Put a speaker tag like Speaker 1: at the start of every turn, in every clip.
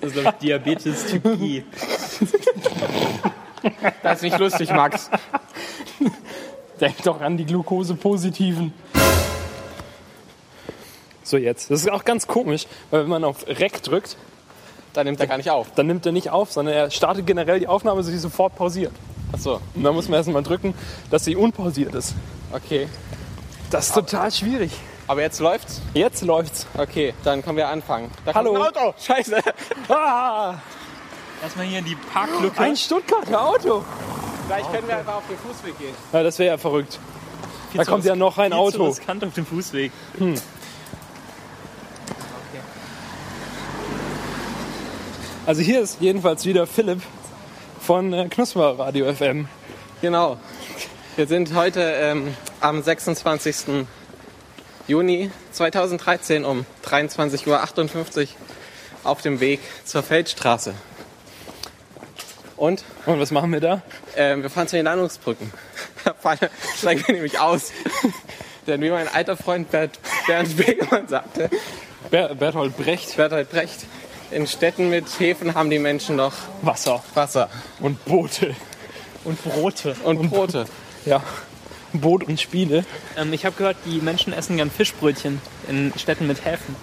Speaker 1: Das ist, glaube ich, Diabetes Typ I.
Speaker 2: Das ist nicht lustig, Max.
Speaker 3: Denk doch an die Glukosepositiven. So jetzt. Das ist auch ganz komisch, weil wenn man auf Rec drückt,
Speaker 2: Da nimmt er gar nicht auf.
Speaker 3: dann nimmt er nicht auf, sondern er startet generell die Aufnahme, sodass sie sofort pausiert. Also,
Speaker 2: Achso,
Speaker 3: Und dann muss man erst mal drücken, dass sie unpausiert ist.
Speaker 2: okay.
Speaker 3: Das ist total schwierig.
Speaker 2: Aber jetzt läuft's.
Speaker 3: Jetzt läuft's.
Speaker 2: Okay, dann können wir anfangen. Da
Speaker 3: Hallo.
Speaker 2: Kommt ein Auto. Scheiße.
Speaker 3: Ah,
Speaker 1: Erstmal hier in die Parklücke.
Speaker 3: ein Stuttgarter Auto.
Speaker 2: Vielleicht können wir einfach auf den Fußweg gehen.
Speaker 3: Ja, das wäre ja verrückt.
Speaker 1: Viel
Speaker 3: kommt
Speaker 1: zu
Speaker 3: ja noch
Speaker 1: viel
Speaker 3: ein
Speaker 1: zu
Speaker 3: Auto.
Speaker 1: riskant auf dem Fußweg.
Speaker 3: Also hier ist jedenfalls wieder Philipp von äh, Knusper Radio FM.
Speaker 2: Genau. Wir sind heute ähm, am 26. Juni 2013 um 23.58 Uhr auf dem Weg zur Feldstraße. Und
Speaker 3: Und was machen wir da?
Speaker 2: ähm, wir fahren zu den Landungsbrücken. Da fahren- steigen wir nämlich aus. Denn wie mein alter Freund Bert, Bernd Begemann sagte,
Speaker 3: Ber Berthold Brecht,
Speaker 2: Bertolt Brecht, in Städten mit Häfen haben die Menschen noch
Speaker 3: Wasser
Speaker 2: Wasser
Speaker 3: und Boote.
Speaker 1: Und Brote.
Speaker 2: und Brote.
Speaker 3: Ja, Boot und Spiele.
Speaker 1: Ähm, ich habe gehört, die Menschen essen gern Fischbrötchen in Städten mit Häfen.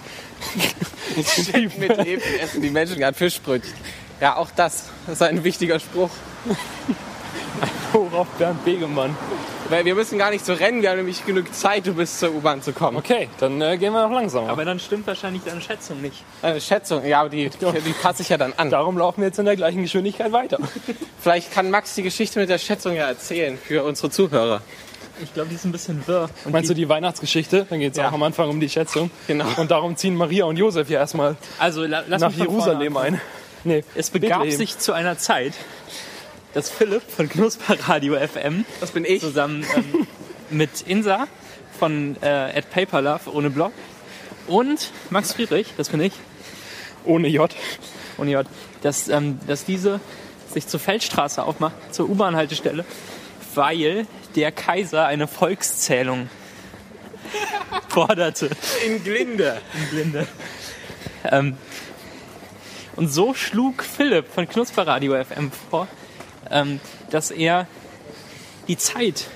Speaker 2: mit Häfen essen die Menschen gern Fischbrötchen. Ja, auch das ist ein wichtiger Spruch.
Speaker 3: Worauf Bernd Begemann.
Speaker 2: Weil wir müssen gar nicht so rennen, wir haben nämlich genug Zeit, um bis zur U-Bahn zu kommen.
Speaker 3: Okay, dann äh, gehen wir noch langsamer.
Speaker 1: Aber dann stimmt wahrscheinlich deine Schätzung nicht.
Speaker 2: Eine Äh, Schätzung, ja, aber die, die passe ich ja dann an.
Speaker 3: Darum laufen wir jetzt in der gleichen Geschwindigkeit weiter.
Speaker 2: Vielleicht kann Max die Geschichte mit der Schätzung ja erzählen für unsere Zuhörer.
Speaker 1: Ich glaube, die ist ein bisschen wirr. Und
Speaker 3: Meinst du die Weihnachtsgeschichte? Dann geht es
Speaker 2: Ja.
Speaker 3: auch am Anfang um die Schätzung.
Speaker 2: Genau.
Speaker 3: Und darum ziehen Maria und Josef ja erstmal
Speaker 1: also la lass
Speaker 3: nach
Speaker 1: mich von
Speaker 3: Jerusalem
Speaker 1: vorne
Speaker 3: ein. Nee,
Speaker 1: an- Es begab
Speaker 3: Bethlehem.
Speaker 1: sich zu einer Zeit, dass Philipp von Knusperradio FM
Speaker 2: Das bin ich.
Speaker 1: zusammen ähm, mit Insa von äh, at Paperlove ohne Blog und Max Friedrich, das bin ich,
Speaker 3: ohne J.
Speaker 1: ohne J, dass, ähm, dass diese sich zur Feldstraße aufmacht, zur U-Bahn-Haltestelle, weil der Kaiser eine Volkszählung forderte.
Speaker 2: In Glinde.
Speaker 1: Ähm, und so schlug Philipp von Knusperradio FM vor, ähm, dass er die Zeit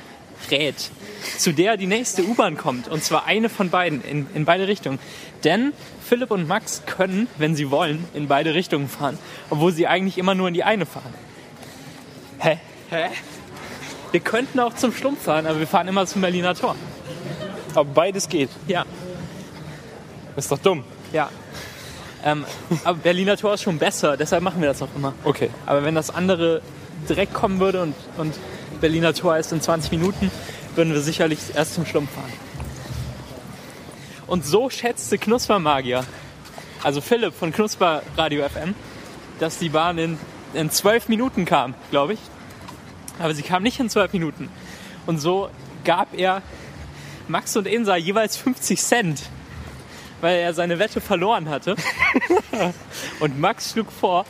Speaker 1: rät, zu der die nächste U-Bahn kommt. Und zwar eine von beiden, in, in beide Richtungen. Denn Philipp und Max können, wenn sie wollen, in beide Richtungen fahren. Obwohl sie eigentlich immer nur in die eine fahren. Hä?
Speaker 2: Hä?
Speaker 1: Wir könnten auch zum Stumpf fahren, aber wir fahren immer zum Berliner Tor.
Speaker 3: Aber beides geht.
Speaker 1: Ja,
Speaker 3: Ist doch dumm.
Speaker 1: ja. Ähm, aber Berliner Tor ist schon besser, deshalb machen wir das auch immer.
Speaker 3: Okay.
Speaker 1: Aber wenn das andere direkt kommen würde und, und Berliner Tor erst in 20 Minuten, würden wir sicherlich erst zum Schlumpf fahren. Und so schätzte Knuspermagier, also Philipp von Knusper Radio FM, dass die Bahn in, in 12 Minuten kam, glaube ich. Aber sie kam nicht in 12 Minuten. Und so gab er Max und Insa jeweils 50 Cent, weil er seine Wette verloren hatte. und Max schlug vor,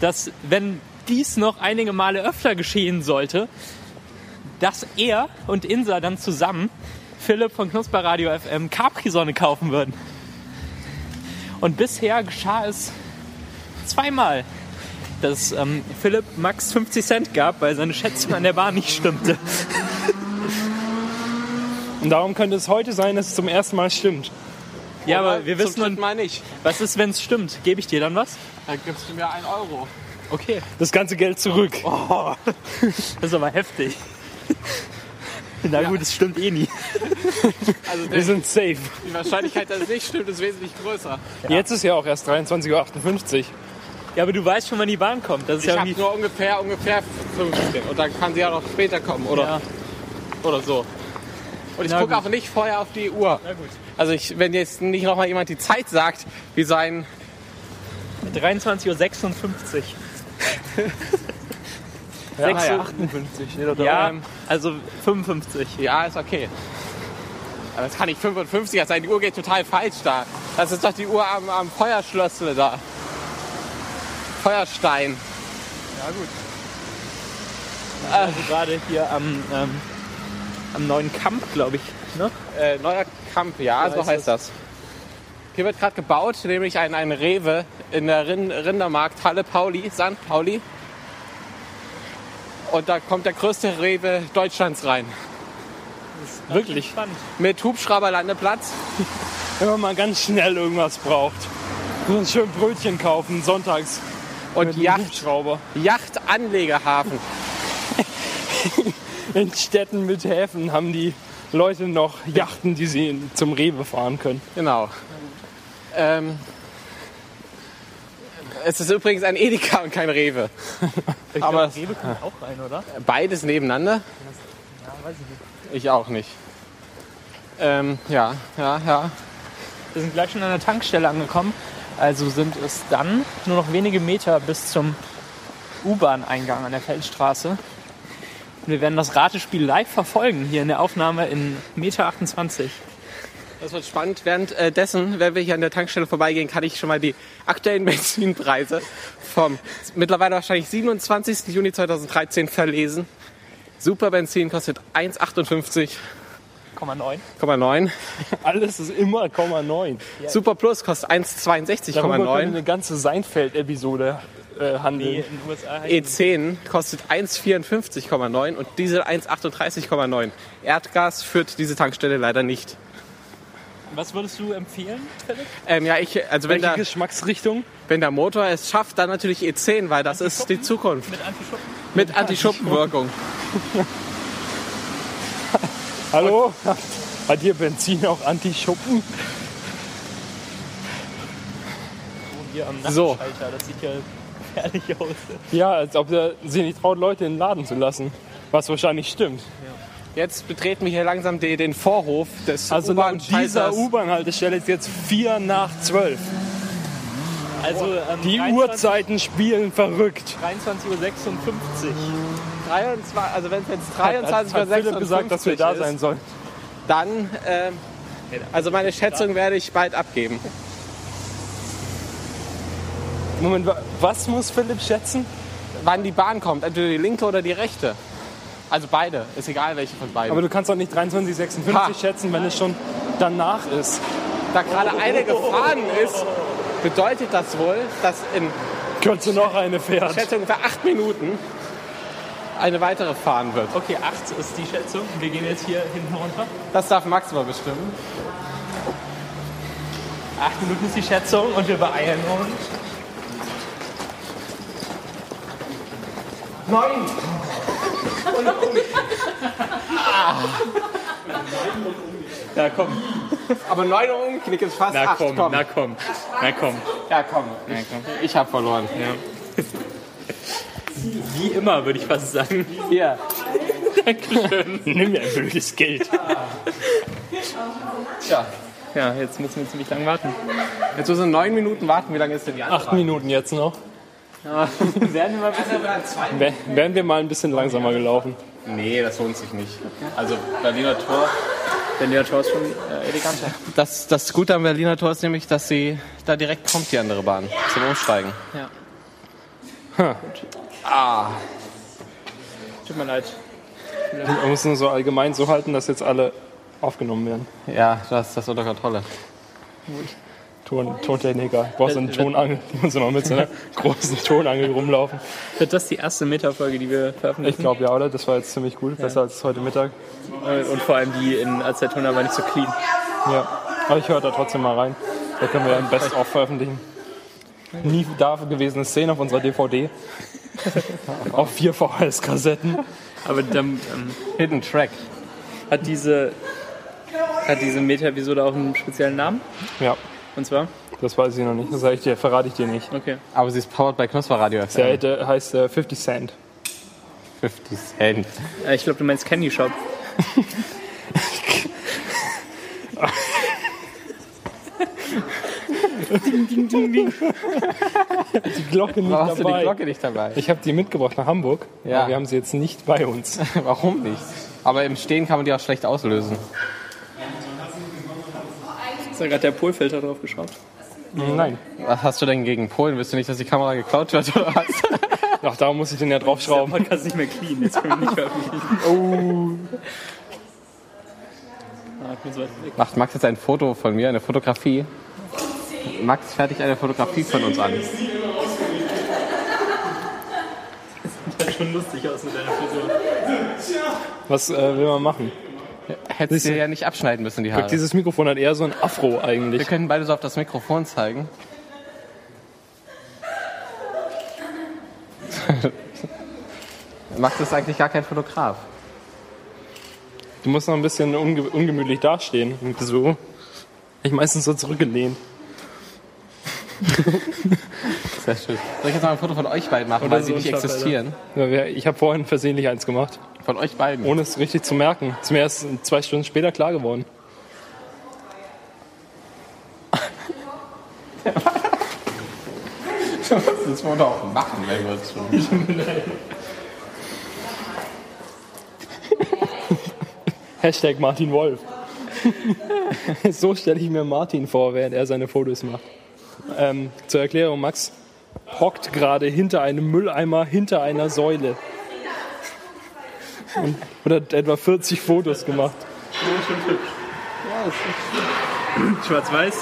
Speaker 1: dass wenn dies noch einige Male öfter geschehen sollte, dass er und Insa dann zusammen Philipp von Knusper Radio FM Capri-Sonne kaufen würden. Und bisher geschah es zweimal, dass ähm, Philipp Max 50 Cent gab, weil seine Schätzung an der Bar nicht stimmte.
Speaker 3: Und darum könnte es heute sein, dass es zum ersten Mal stimmt.
Speaker 1: Ja, aber wir
Speaker 2: Zum
Speaker 1: wissen,
Speaker 2: dritten
Speaker 1: nun,
Speaker 2: Mal nicht.
Speaker 1: was ist, wenn es stimmt? Gebe ich dir dann was?
Speaker 2: Dann gibst du mir einen Euro.
Speaker 1: Okay.
Speaker 3: Das ganze Geld zurück.
Speaker 1: Das ist aber heftig. Na gut, es stimmt eh nie.
Speaker 2: Also
Speaker 3: Wir
Speaker 2: der,
Speaker 3: sind safe.
Speaker 2: die Wahrscheinlichkeit, dass es nicht stimmt, ist wesentlich größer.
Speaker 3: Jetzt ist ja auch erst 23.58 Uhr.
Speaker 1: Ja, aber du weißt schon, wann die Bahn kommt. Das ist
Speaker 2: Ich
Speaker 1: ja
Speaker 2: habe
Speaker 1: irgendwie...
Speaker 2: nur ungefähr, ungefähr 15. Und dann kann sie ja noch später kommen, oder?
Speaker 1: Ja.
Speaker 2: oder so. Und ich
Speaker 1: Na
Speaker 2: gucke
Speaker 1: gut.
Speaker 2: auch nicht vorher auf die Uhr.
Speaker 1: Na gut.
Speaker 2: Also ich, wenn jetzt nicht nochmal jemand die Zeit sagt, wie sein
Speaker 1: 23.56
Speaker 3: Ja,
Speaker 2: Sechs Uhr.
Speaker 3: 58 steht doch da.
Speaker 1: Uhr. Ja,
Speaker 2: Ähm,
Speaker 1: also 55.
Speaker 2: Ja, ist okay. Aber das kann nicht 55er sein, die Uhr geht total falsch da. Das ist doch die Uhr am, am Feuerschloss da. Feuerstein.
Speaker 1: Also gerade hier am, ähm, am neuen Kampf, glaube ich. Ne?
Speaker 2: Äh, neuer Kampf, ja, so heißt das. Hier wird gerade gebaut, nämlich ein, ein Rewe in der Rind Rindermarkthalle Pauli, St. Pauli. Und da kommt der größte Rewe Deutschlands rein.
Speaker 1: Wirklich. Spannend.
Speaker 2: Mit Hubschrauberlandeplatz.
Speaker 3: Wenn man mal ganz schnell irgendwas braucht. So ein schön Brötchen kaufen, sonntags.
Speaker 2: Und
Speaker 3: mit einem
Speaker 2: Yacht,
Speaker 3: Hubschrauber.
Speaker 2: Yachtanlegehafen.
Speaker 3: In Städten mit Häfen haben die Leute noch Yachten, die sie zum Rewe fahren können.
Speaker 2: Genau. Ähm, es ist übrigens ein Edeka und kein Rewe.
Speaker 1: Ich
Speaker 2: Aber-
Speaker 1: Rewe kommt auch rein, oder?
Speaker 2: Beides nebeneinander?
Speaker 1: Ja, weiß ich nicht.
Speaker 2: Ich auch nicht. Ähm, ja, ja, ja.
Speaker 1: Wir sind gleich schon an der Tankstelle angekommen. Also sind es dann nur noch wenige Meter bis zum U-Bahn-Eingang an der Feldstraße. Und wir werden das Ratespiel live verfolgen, hier in der Aufnahme in Meter 28.
Speaker 2: Das wird spannend. Währenddessen, wenn wir hier an der Tankstelle vorbeigehen, kann ich schon mal die aktuellen Benzinpreise vom mittlerweile wahrscheinlich 27. Juni 2013 verlesen. Superbenzin kostet 1,58,9.
Speaker 1: 0,9.
Speaker 3: Alles ist immer Komma 9.
Speaker 2: Super Plus kostet
Speaker 3: Darüber könnte
Speaker 2: 1,62,9.
Speaker 3: eine ganze Seinfeld-Episode äh,
Speaker 1: Die
Speaker 3: handeln.
Speaker 1: in den USA heißt
Speaker 2: E10 E kostet 1,54,9 und Diesel 1,38,9. Erdgas führt diese Tankstelle leider nicht.
Speaker 1: Was würdest du empfehlen, Philipp?
Speaker 2: Ähm, ja, ich, also wenn
Speaker 3: Welche
Speaker 2: der,
Speaker 3: Geschmacksrichtung?
Speaker 2: wenn der Motor es schafft, dann natürlich E10, weil das ist die Zukunft.
Speaker 1: Mit Antischuppen?
Speaker 2: Mit Antischuppenwirkung.
Speaker 3: Hallo? Hat hier Benzin auch Antischuppen?
Speaker 1: Oh, hier am
Speaker 2: So.
Speaker 1: Nachtschalter. Das sieht ja gefährlich aus.
Speaker 3: Ja, als ob er sich nicht traut, Leute in den Laden zu lassen. Was wahrscheinlich stimmt.
Speaker 2: Jetzt betreten wir hier langsam die, den Vorhof des
Speaker 3: Also laut dieser
Speaker 2: U-Bahn-Schalters.
Speaker 3: U-Bahn-Haltestelle ist jetzt 4 nach 12.
Speaker 1: Also ähm,
Speaker 3: Die
Speaker 1: 23
Speaker 3: Uhrzeiten spielen verrückt.
Speaker 1: 23.56 Uhr.
Speaker 2: 23, also wenn es jetzt
Speaker 3: Hat, hat
Speaker 2: 23 oder
Speaker 3: Philipp
Speaker 2: 56
Speaker 3: gesagt, dass wir da sein
Speaker 2: ist,
Speaker 3: sollen.
Speaker 2: dann, ähm, also meine Schätzung werde ich bald abgeben.
Speaker 3: Moment, wa- was muss Philipp schätzen?
Speaker 2: Wann die Bahn kommt, entweder die linke oder die rechte. Also beide, ist egal welche von beiden.
Speaker 3: Aber du kannst doch nicht 23,56
Speaker 2: Ha.
Speaker 3: schätzen, wenn es schon danach ist.
Speaker 2: da gerade eine gefahren ist, bedeutet das wohl, dass in
Speaker 3: Könntest du noch eine fährt?
Speaker 2: Schätzung ungefähr acht Minuten eine weitere fahren wird.
Speaker 1: Okay, 8 ist die Schätzung. Wir gehen jetzt hier hinten runter.
Speaker 2: Das darf Max mal bestimmen.
Speaker 1: 8 Minuten ist die Schätzung und wir beeilen uns.
Speaker 2: Neun!
Speaker 1: Na komm,
Speaker 2: Aber neun Uhr umknick ist fast
Speaker 1: na
Speaker 2: acht.
Speaker 1: komm,
Speaker 2: komm.
Speaker 1: na komm, na komm.
Speaker 2: Ja, komm. Ich, ich hab verloren.
Speaker 1: Wie immer, würde ich fast sagen.
Speaker 2: Hier.
Speaker 1: Nimm mir ein blödes Geld.
Speaker 2: Tja.
Speaker 1: Ja, jetzt müssen wir ziemlich lange warten.
Speaker 2: Jetzt müssen wir neun Minuten warten. Wie lange ist denn die
Speaker 3: Acht
Speaker 2: andere?
Speaker 3: Minuten jetzt noch.
Speaker 1: Werden wir mal ein bisschen
Speaker 3: Wär- Wären wir mal ein bisschen langsamer gelaufen.
Speaker 2: Nee, das lohnt sich nicht. Also Berliner Tor.
Speaker 1: Berliner Tor ist schon äh, eleganter.
Speaker 2: Das, das Gute am Berliner Tor ist nämlich, dass sie da direkt kommt, die andere Bahn, zum Umsteigen.
Speaker 1: Ja.
Speaker 2: Ah,
Speaker 1: Tut mir leid.
Speaker 3: Wir müssen so allgemein so halten, dass jetzt alle aufgenommen werden.
Speaker 2: ja, das ist das unter Kontrolle.
Speaker 3: Ton, Tontechniker. Du brauchst eine Tonangel. Die müssen noch mit so einer großen Tonangel rumlaufen.
Speaker 1: Wird das die erste Metafolge, die wir
Speaker 3: Ich
Speaker 1: veröffentlichen?
Speaker 3: glaube ja, oder? Das war jetzt ziemlich gut. Besser als heute Mittag.
Speaker 1: äh, Und vor allem die in Azertona war nicht so clean.
Speaker 3: Ja. Aber ich höre da trotzdem mal rein. Da können wir ja ein Best-of veröffentlichen. Nie da gewesene Szene auf unserer DVD. auf vier VHS-Kassetten.
Speaker 1: Aber dann ähm,
Speaker 2: Hidden Track.
Speaker 1: hat diese, hat diese Meta-Episode auch einen speziellen Namen.
Speaker 3: Ja,
Speaker 1: Und zwar?
Speaker 3: das weiß ich noch nicht. Das sag ich dir, verrate ich dir nicht.
Speaker 1: Okay.
Speaker 2: Aber sie ist powered by Knusper Radio
Speaker 3: Der
Speaker 2: FM.
Speaker 3: hätte, heißt äh, 50 Cent.
Speaker 2: 50 Cent.
Speaker 1: Äh, Ich glaube, du meinst Candy Shop. ding, ding, ding, ding.
Speaker 3: Die Glocke nicht
Speaker 2: Warum hast du die
Speaker 3: dabei.
Speaker 2: Glocke nicht dabei?
Speaker 3: Ich habe die mitgebracht nach Hamburg.
Speaker 2: Ja.
Speaker 3: aber Wir haben sie jetzt nicht bei uns.
Speaker 2: Warum nicht? Aber im Stehen kann man die auch schlecht auslösen.
Speaker 1: Ist da gerade der Polfilter draufgeschraubt.
Speaker 3: Nein.
Speaker 2: Was hast du denn gegen Polen? Willst du nicht, dass die Kamera geklaut wird oder was?
Speaker 3: Ach, darum muss ich den ja
Speaker 1: Der
Speaker 3: draufschrauben.
Speaker 1: Podcast ist nicht mehr clean. Jetzt können wir nicht veröffentlichen. Oh. Ah, ich muss was weg. Ah,
Speaker 2: Macht Max jetzt ein Foto von mir, eine Fotografie? Max fertigt eine Fotografie von uns an.
Speaker 1: Sieht schon lustig aus mit deiner Frisur.
Speaker 3: Was äh, will man machen?
Speaker 2: Hättest du dir ja nicht abschneiden müssen, die Haare.
Speaker 3: Dieses Mikrofon hat eher so ein Afro
Speaker 2: Wir
Speaker 3: eigentlich.
Speaker 2: können beide so auf das Mikrofon zeigen. Max ist eigentlich gar kein Fotograf.
Speaker 3: Du musst noch ein bisschen unge ungemütlich dastehen. Und So. Ich meistens so zurückgelehnt.
Speaker 2: Sehr schön. Soll ich jetzt mal ein Foto von euch beiden machen,
Speaker 3: Oder
Speaker 2: weil sie
Speaker 3: so ein
Speaker 2: nicht
Speaker 3: Schaff,
Speaker 2: existieren?
Speaker 3: Ja, wer- Ich habe vorhin versehentlich eins gemacht,
Speaker 2: Von euch beiden.
Speaker 3: ohne es richtig zu merken. Ist mir erst zwei Stunden später klar geworden.
Speaker 2: Das wollen wir auch machen, wenn wir es tun.
Speaker 3: Hashtag Martin Wolf. so stelle ich mir Martin vor, während er seine Fotos macht. Ähm, zur Erklärung, Max hockt gerade hinter einem Mülleimer, hinter einer Säule. Und, und hat etwa 40 Fotos gemacht.
Speaker 1: Schwarz-Weiß.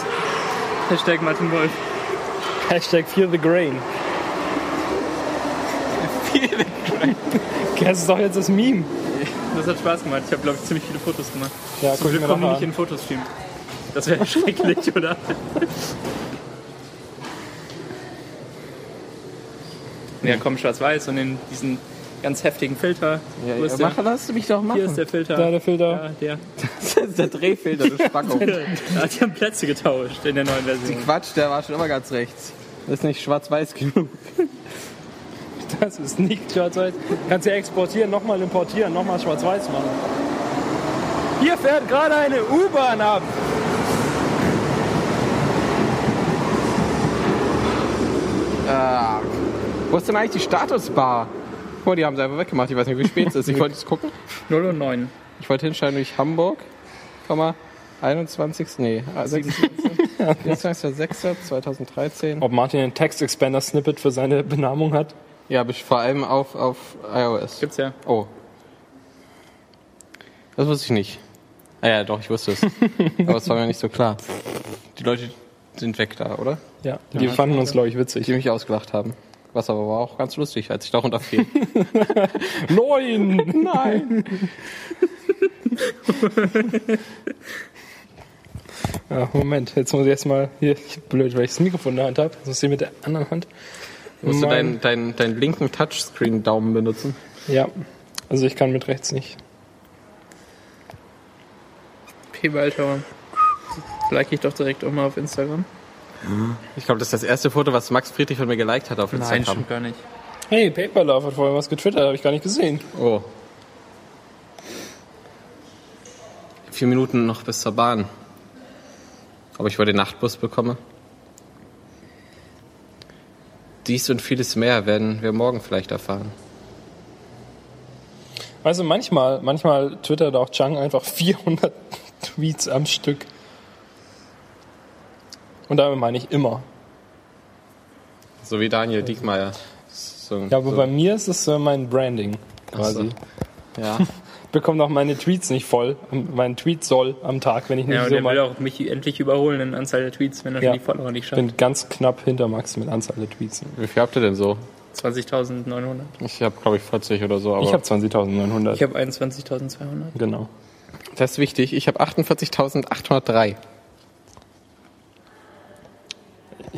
Speaker 1: Hashtag Martin Wolf.
Speaker 3: Hashtag Feel the Grain. Kennst du doch jetzt das Meme?
Speaker 1: Das hat Spaß gemacht. Ich habe, glaube ich, ziemlich viele Fotos gemacht.
Speaker 3: Ja,
Speaker 1: Zum
Speaker 3: guck ich
Speaker 1: Glück
Speaker 3: mir
Speaker 1: kommen die
Speaker 3: nachher
Speaker 1: nicht
Speaker 3: an.
Speaker 1: in Fotostream. Das wäre schrecklich, oder? ja, komm, schwarz-weiß und in diesen ganz heftigen Filter.
Speaker 2: Ja,
Speaker 1: Wo ist
Speaker 2: mach,
Speaker 1: der?
Speaker 2: lass mich doch machen.
Speaker 1: Hier ist der Filter.
Speaker 3: Da, der Filter.
Speaker 1: Ja, der.
Speaker 2: Das ist der Drehfilter, du Spacko.
Speaker 1: Ah, die haben Plätze getauscht in der neuen Version.
Speaker 2: Quatsch, der war schon immer ganz rechts. Das ist nicht schwarz-weiß genug.
Speaker 3: Das ist nicht schwarz-weiß. Kannst ja exportieren, nochmal importieren, nochmal schwarz-weiß machen. Hier fährt gerade eine U-Bahn ab.
Speaker 2: Wo ist denn eigentlich die Statusbar? Guck mal, die haben sie einfach weggemacht. Ich weiß nicht, wie spät es ist. Ich wollte jetzt gucken.
Speaker 1: 0 und 9.
Speaker 2: Ich wollte hinschreiben durch Hamburg, Komma, 21. Nee, ah, 26.06.2013.
Speaker 3: Ob Martin einen Text-Expander-Snippet für seine Benamung hat?
Speaker 2: Ja, aber vor allem auf, auf iOS.
Speaker 1: Gibt's ja.
Speaker 2: Oh. Das wusste ich nicht. Ah ja, doch, ich wusste es. aber es war mir nicht so klar. Die Leute sind weg da, oder?
Speaker 3: Ja, die fanden uns, glaube ich, witzig.
Speaker 2: Die mich ausgelacht haben. Was aber war auch ganz lustig, als ich da runterfiel.
Speaker 3: Neun!
Speaker 2: Nein!
Speaker 3: Ja, Ah, Moment, jetzt muss ich erstmal hier, ich blöd, weil ich das Mikrofon in der Hand habe. Jetzt muss ich mit der anderen Hand.
Speaker 2: Musst du
Speaker 3: Mein-
Speaker 2: deinen deinen deinen linken Touchscreen-Daumen benutzen?
Speaker 3: Ja, also ich kann mit rechts nicht.
Speaker 1: P. Waldhauer. Like ich doch direkt auch mal auf Instagram.
Speaker 2: Ich glaube, das ist das erste Foto, was Max Friedrich von mir geliked hat auf
Speaker 1: Nein,
Speaker 2: Instagram.
Speaker 1: stimmt gar nicht.
Speaker 3: Hey, Paperlove hat vorhin was getwittert, habe ich gar nicht gesehen.
Speaker 2: Oh. Vier Minuten noch bis zur Bahn. Ob ich heute den Nachtbus bekomme? Dies und vieles mehr werden wir morgen vielleicht erfahren.
Speaker 3: Weißt du, manchmal, manchmal twittert auch Chang einfach 400 Tweets am Stück. Und damit meine ich immer.
Speaker 2: So wie Daniel Diekmeyer. So,
Speaker 3: Ja, aber
Speaker 2: so.
Speaker 3: bei mir ist es äh, mein Branding quasi.
Speaker 2: ja.
Speaker 3: Ich bekomme auch meine Tweets nicht voll, meinen Tweet soll am Tag, wenn ich nicht
Speaker 1: Ja, und
Speaker 3: so
Speaker 1: der will
Speaker 3: mal.
Speaker 1: auch mich endlich überholen in Anzahl der Tweets, wenn er
Speaker 3: Ja.
Speaker 1: schon die Follower nicht schafft.
Speaker 3: bin ganz knapp hinter Max mit Anzahl der Tweets.
Speaker 2: Wie viel habt ihr denn so?
Speaker 1: 20.900.
Speaker 2: Ich habe, glaube ich, 40 oder so. Aber
Speaker 3: Ich habe
Speaker 1: Ich
Speaker 3: 20.900.
Speaker 1: habe 21.200.
Speaker 3: Genau.
Speaker 2: das ist wichtig. Ich habe 48.803.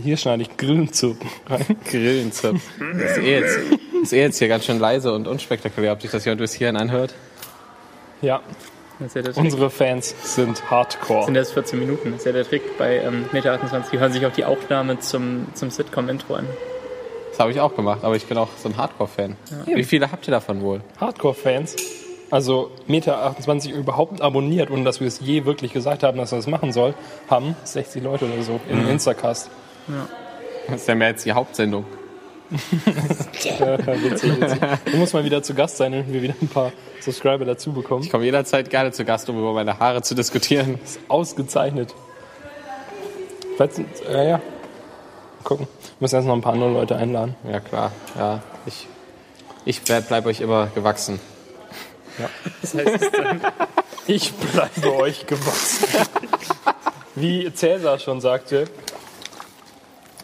Speaker 3: Hier schneide ich Grillenzirpen rein.
Speaker 2: Grillenzirp. ist, eh jetzt, ist eh jetzt hier ganz schön leise und unspektakulär, ob sich das jemand bis hierhin anhört.
Speaker 3: Ja,
Speaker 1: Das ist ja der Trick.
Speaker 3: unsere Fans sind
Speaker 1: Sind
Speaker 3: hardcore.
Speaker 1: erst 14 Minuten. Das ist ja der Trick. Bei ähm, Meter 28 hören sich auch die Aufnahme zum, zum Sitcom-Intro an.
Speaker 2: Das habe ich auch gemacht, aber ich bin auch so ein Hardcore-Fan. Wie viele habt ihr davon wohl?
Speaker 3: Hardcore-Fans. Also Meta 28 überhaupt abonniert, ohne dass wir es je wirklich gesagt haben, dass er das machen soll, haben 60 Leute oder so im
Speaker 1: Mhm.
Speaker 3: Instacast.
Speaker 2: Das ist ja mehr als die Hauptsendung.
Speaker 3: Äh, witzig, witzig. Du musst mal wieder zu Gast sein, damit wir wieder ein paar Subscriber dazu bekommen.
Speaker 2: Ich komme jederzeit gerne zu Gast, um über meine Haare zu diskutieren.
Speaker 3: Ausgezeichnet. Falls, äh, ja. Gucken. Wir müssen erst noch ein paar andere Leute einladen.
Speaker 2: Ja, klar. Ja, ich ich bleibe bleib euch immer gewachsen.
Speaker 3: Ich bleibe euch gewachsen. Wie Cäsar schon sagte,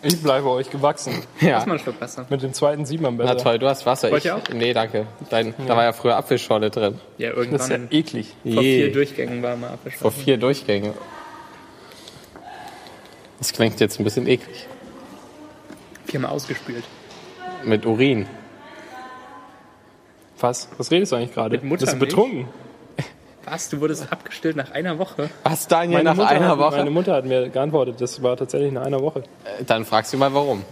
Speaker 3: Ich bleibe euch gewachsen.
Speaker 2: Ja.
Speaker 1: Lass mal einen Schluck Wasser.
Speaker 3: Mit dem zweiten sieht man
Speaker 2: Na
Speaker 3: besser.
Speaker 2: toll, du hast Wasser.
Speaker 1: Wollt
Speaker 2: Ich,
Speaker 1: ihr auch?
Speaker 2: nee, danke. Dein, Da war ja früher Apfelschorle drin.
Speaker 1: Ja, eh-
Speaker 3: Das ist ja
Speaker 1: irgendwann
Speaker 3: eklig.
Speaker 1: vor
Speaker 2: Je.
Speaker 1: vier Durchgängen war mal
Speaker 2: Vor
Speaker 1: abgeschlossen.
Speaker 2: vier Durchgängen. Das klingt jetzt ein bisschen eklig.
Speaker 1: Viermal ausgespült.
Speaker 2: Mit Urin.
Speaker 3: Was? Was redest du eigentlich gerade?
Speaker 1: Mit Muttermilch?
Speaker 3: Bist du betrunken?
Speaker 1: Was? Du wurdest abgestillt nach einer Woche?
Speaker 2: Was, Daniel, nach
Speaker 3: Mutter
Speaker 2: einer
Speaker 3: hat,
Speaker 2: Woche?
Speaker 3: Meine Mutter hat mir geantwortet, das war tatsächlich nach einer Woche.
Speaker 2: Äh, Dann fragst du mal, warum.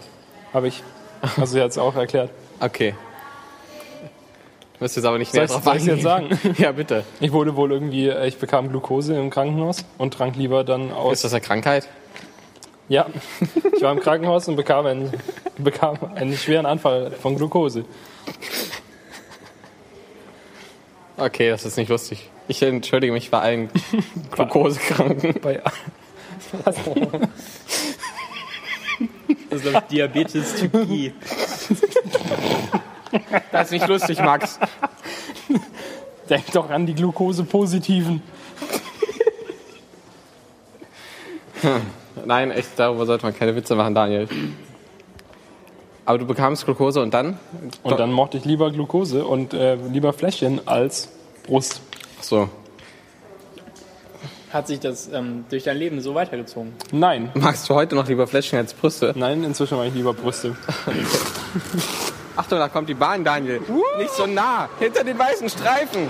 Speaker 3: Habe ich. Also sie hat es auch erklärt.
Speaker 2: Okay. Du wirst jetzt aber nicht
Speaker 3: Soll
Speaker 2: näher
Speaker 3: ich
Speaker 2: drauf
Speaker 3: soll ich's jetzt
Speaker 2: eingehen.
Speaker 3: sagen?
Speaker 2: Ja, bitte.
Speaker 3: Ich wurde wohl irgendwie, äh, ich bekam Glukose im Krankenhaus und trank lieber dann
Speaker 2: Ist
Speaker 3: aus.
Speaker 2: das eine Krankheit?
Speaker 3: Ja, ich war im Krankenhaus und bekam einen, bekam einen schweren Anfall von Glukose.
Speaker 2: Okay, das ist nicht lustig. Ich entschuldige mich bei allen Glukosekranken.
Speaker 3: Bei,
Speaker 1: Das ist, glaube ich, Diabetes Typ I.
Speaker 2: Das ist nicht lustig, Max.
Speaker 3: denk doch an die Glukose-Positiven.
Speaker 2: Nein, echt, darüber sollte man keine Witze machen, Daniel. Aber du bekamst Glukose und dann?
Speaker 3: Und dann mochte ich lieber Glukose und äh, lieber Fläschchen als Brust.
Speaker 2: So.
Speaker 1: Hat sich das ähm, durch dein Leben so weitergezogen?
Speaker 3: Nein,
Speaker 2: Magst du heute noch lieber Fläschchen als Brüste?
Speaker 3: nein, inzwischen war ich lieber Brüste.
Speaker 2: Achtung, da kommt die Bahn, Daniel. Nicht so nah. Hinter den weißen Streifen.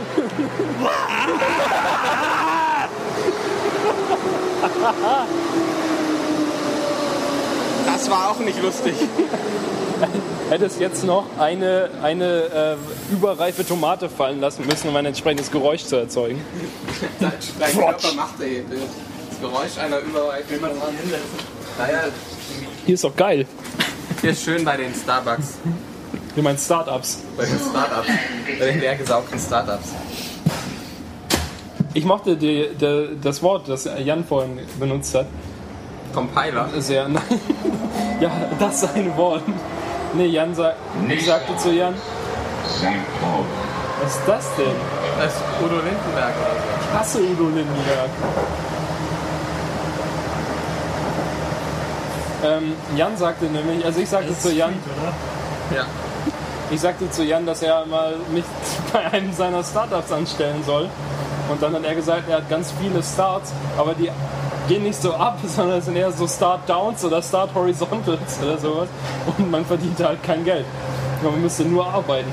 Speaker 2: Das war auch nicht lustig.
Speaker 3: Hätte es jetzt noch eine, eine äh, überreife Tomate fallen lassen müssen, um ein entsprechendes Geräusch zu erzeugen.
Speaker 2: Dein Körper macht ey, das Geräusch einer überreifen Tomate. Naja,
Speaker 3: Hier ist doch geil.
Speaker 2: hier ist schön bei den Starbucks,
Speaker 3: Wie meinen Startups.
Speaker 2: bei den Startups, bei den leergesaugten Startups.
Speaker 3: Ich mochte die, die, das Wort, das Jan vorhin benutzt hat,
Speaker 2: Compiler.
Speaker 3: sehr. Nein. Ja, das seine Wort. Nee, Jan sagt. Ich sagte zu Jan,
Speaker 4: St. Paul.
Speaker 3: was ist das denn?
Speaker 2: Das ist Udo Lindenberg oder
Speaker 3: Ich hasse Udo Lindenberg. Ähm, Jan sagte nämlich, also ich sagte zu Jan,
Speaker 2: so. Ja.
Speaker 3: Ich sagte zu Jan, dass er mal mich bei einem seiner Startups anstellen soll. Und dann hat er gesagt, er hat ganz viele Starts, aber die gehen nicht so ab, sondern es sind eher so Start-Downs oder Start-Horizontals oder sowas. Und man verdient halt kein Geld. Man müsste nur arbeiten.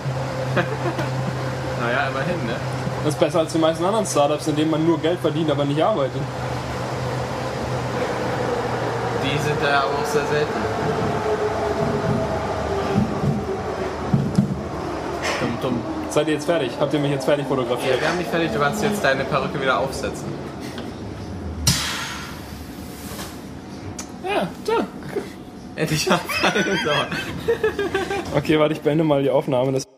Speaker 2: Naja, immerhin, ne?
Speaker 3: Das ist besser als die meisten anderen Startups, in denen man nur Geld verdient, aber nicht arbeitet.
Speaker 2: Die sind da aber auch sehr selten. Dumm, dumm.
Speaker 3: Seid ihr jetzt fertig? Habt ihr mich jetzt fertig
Speaker 2: Ja,
Speaker 3: fotografiert?
Speaker 2: wir haben dich fertig, du kannst jetzt deine Perücke wieder aufsetzen.
Speaker 3: Ja, da.
Speaker 2: Endlich mal. So.
Speaker 3: Okay, warte, ich beende mal die Aufnahme. Das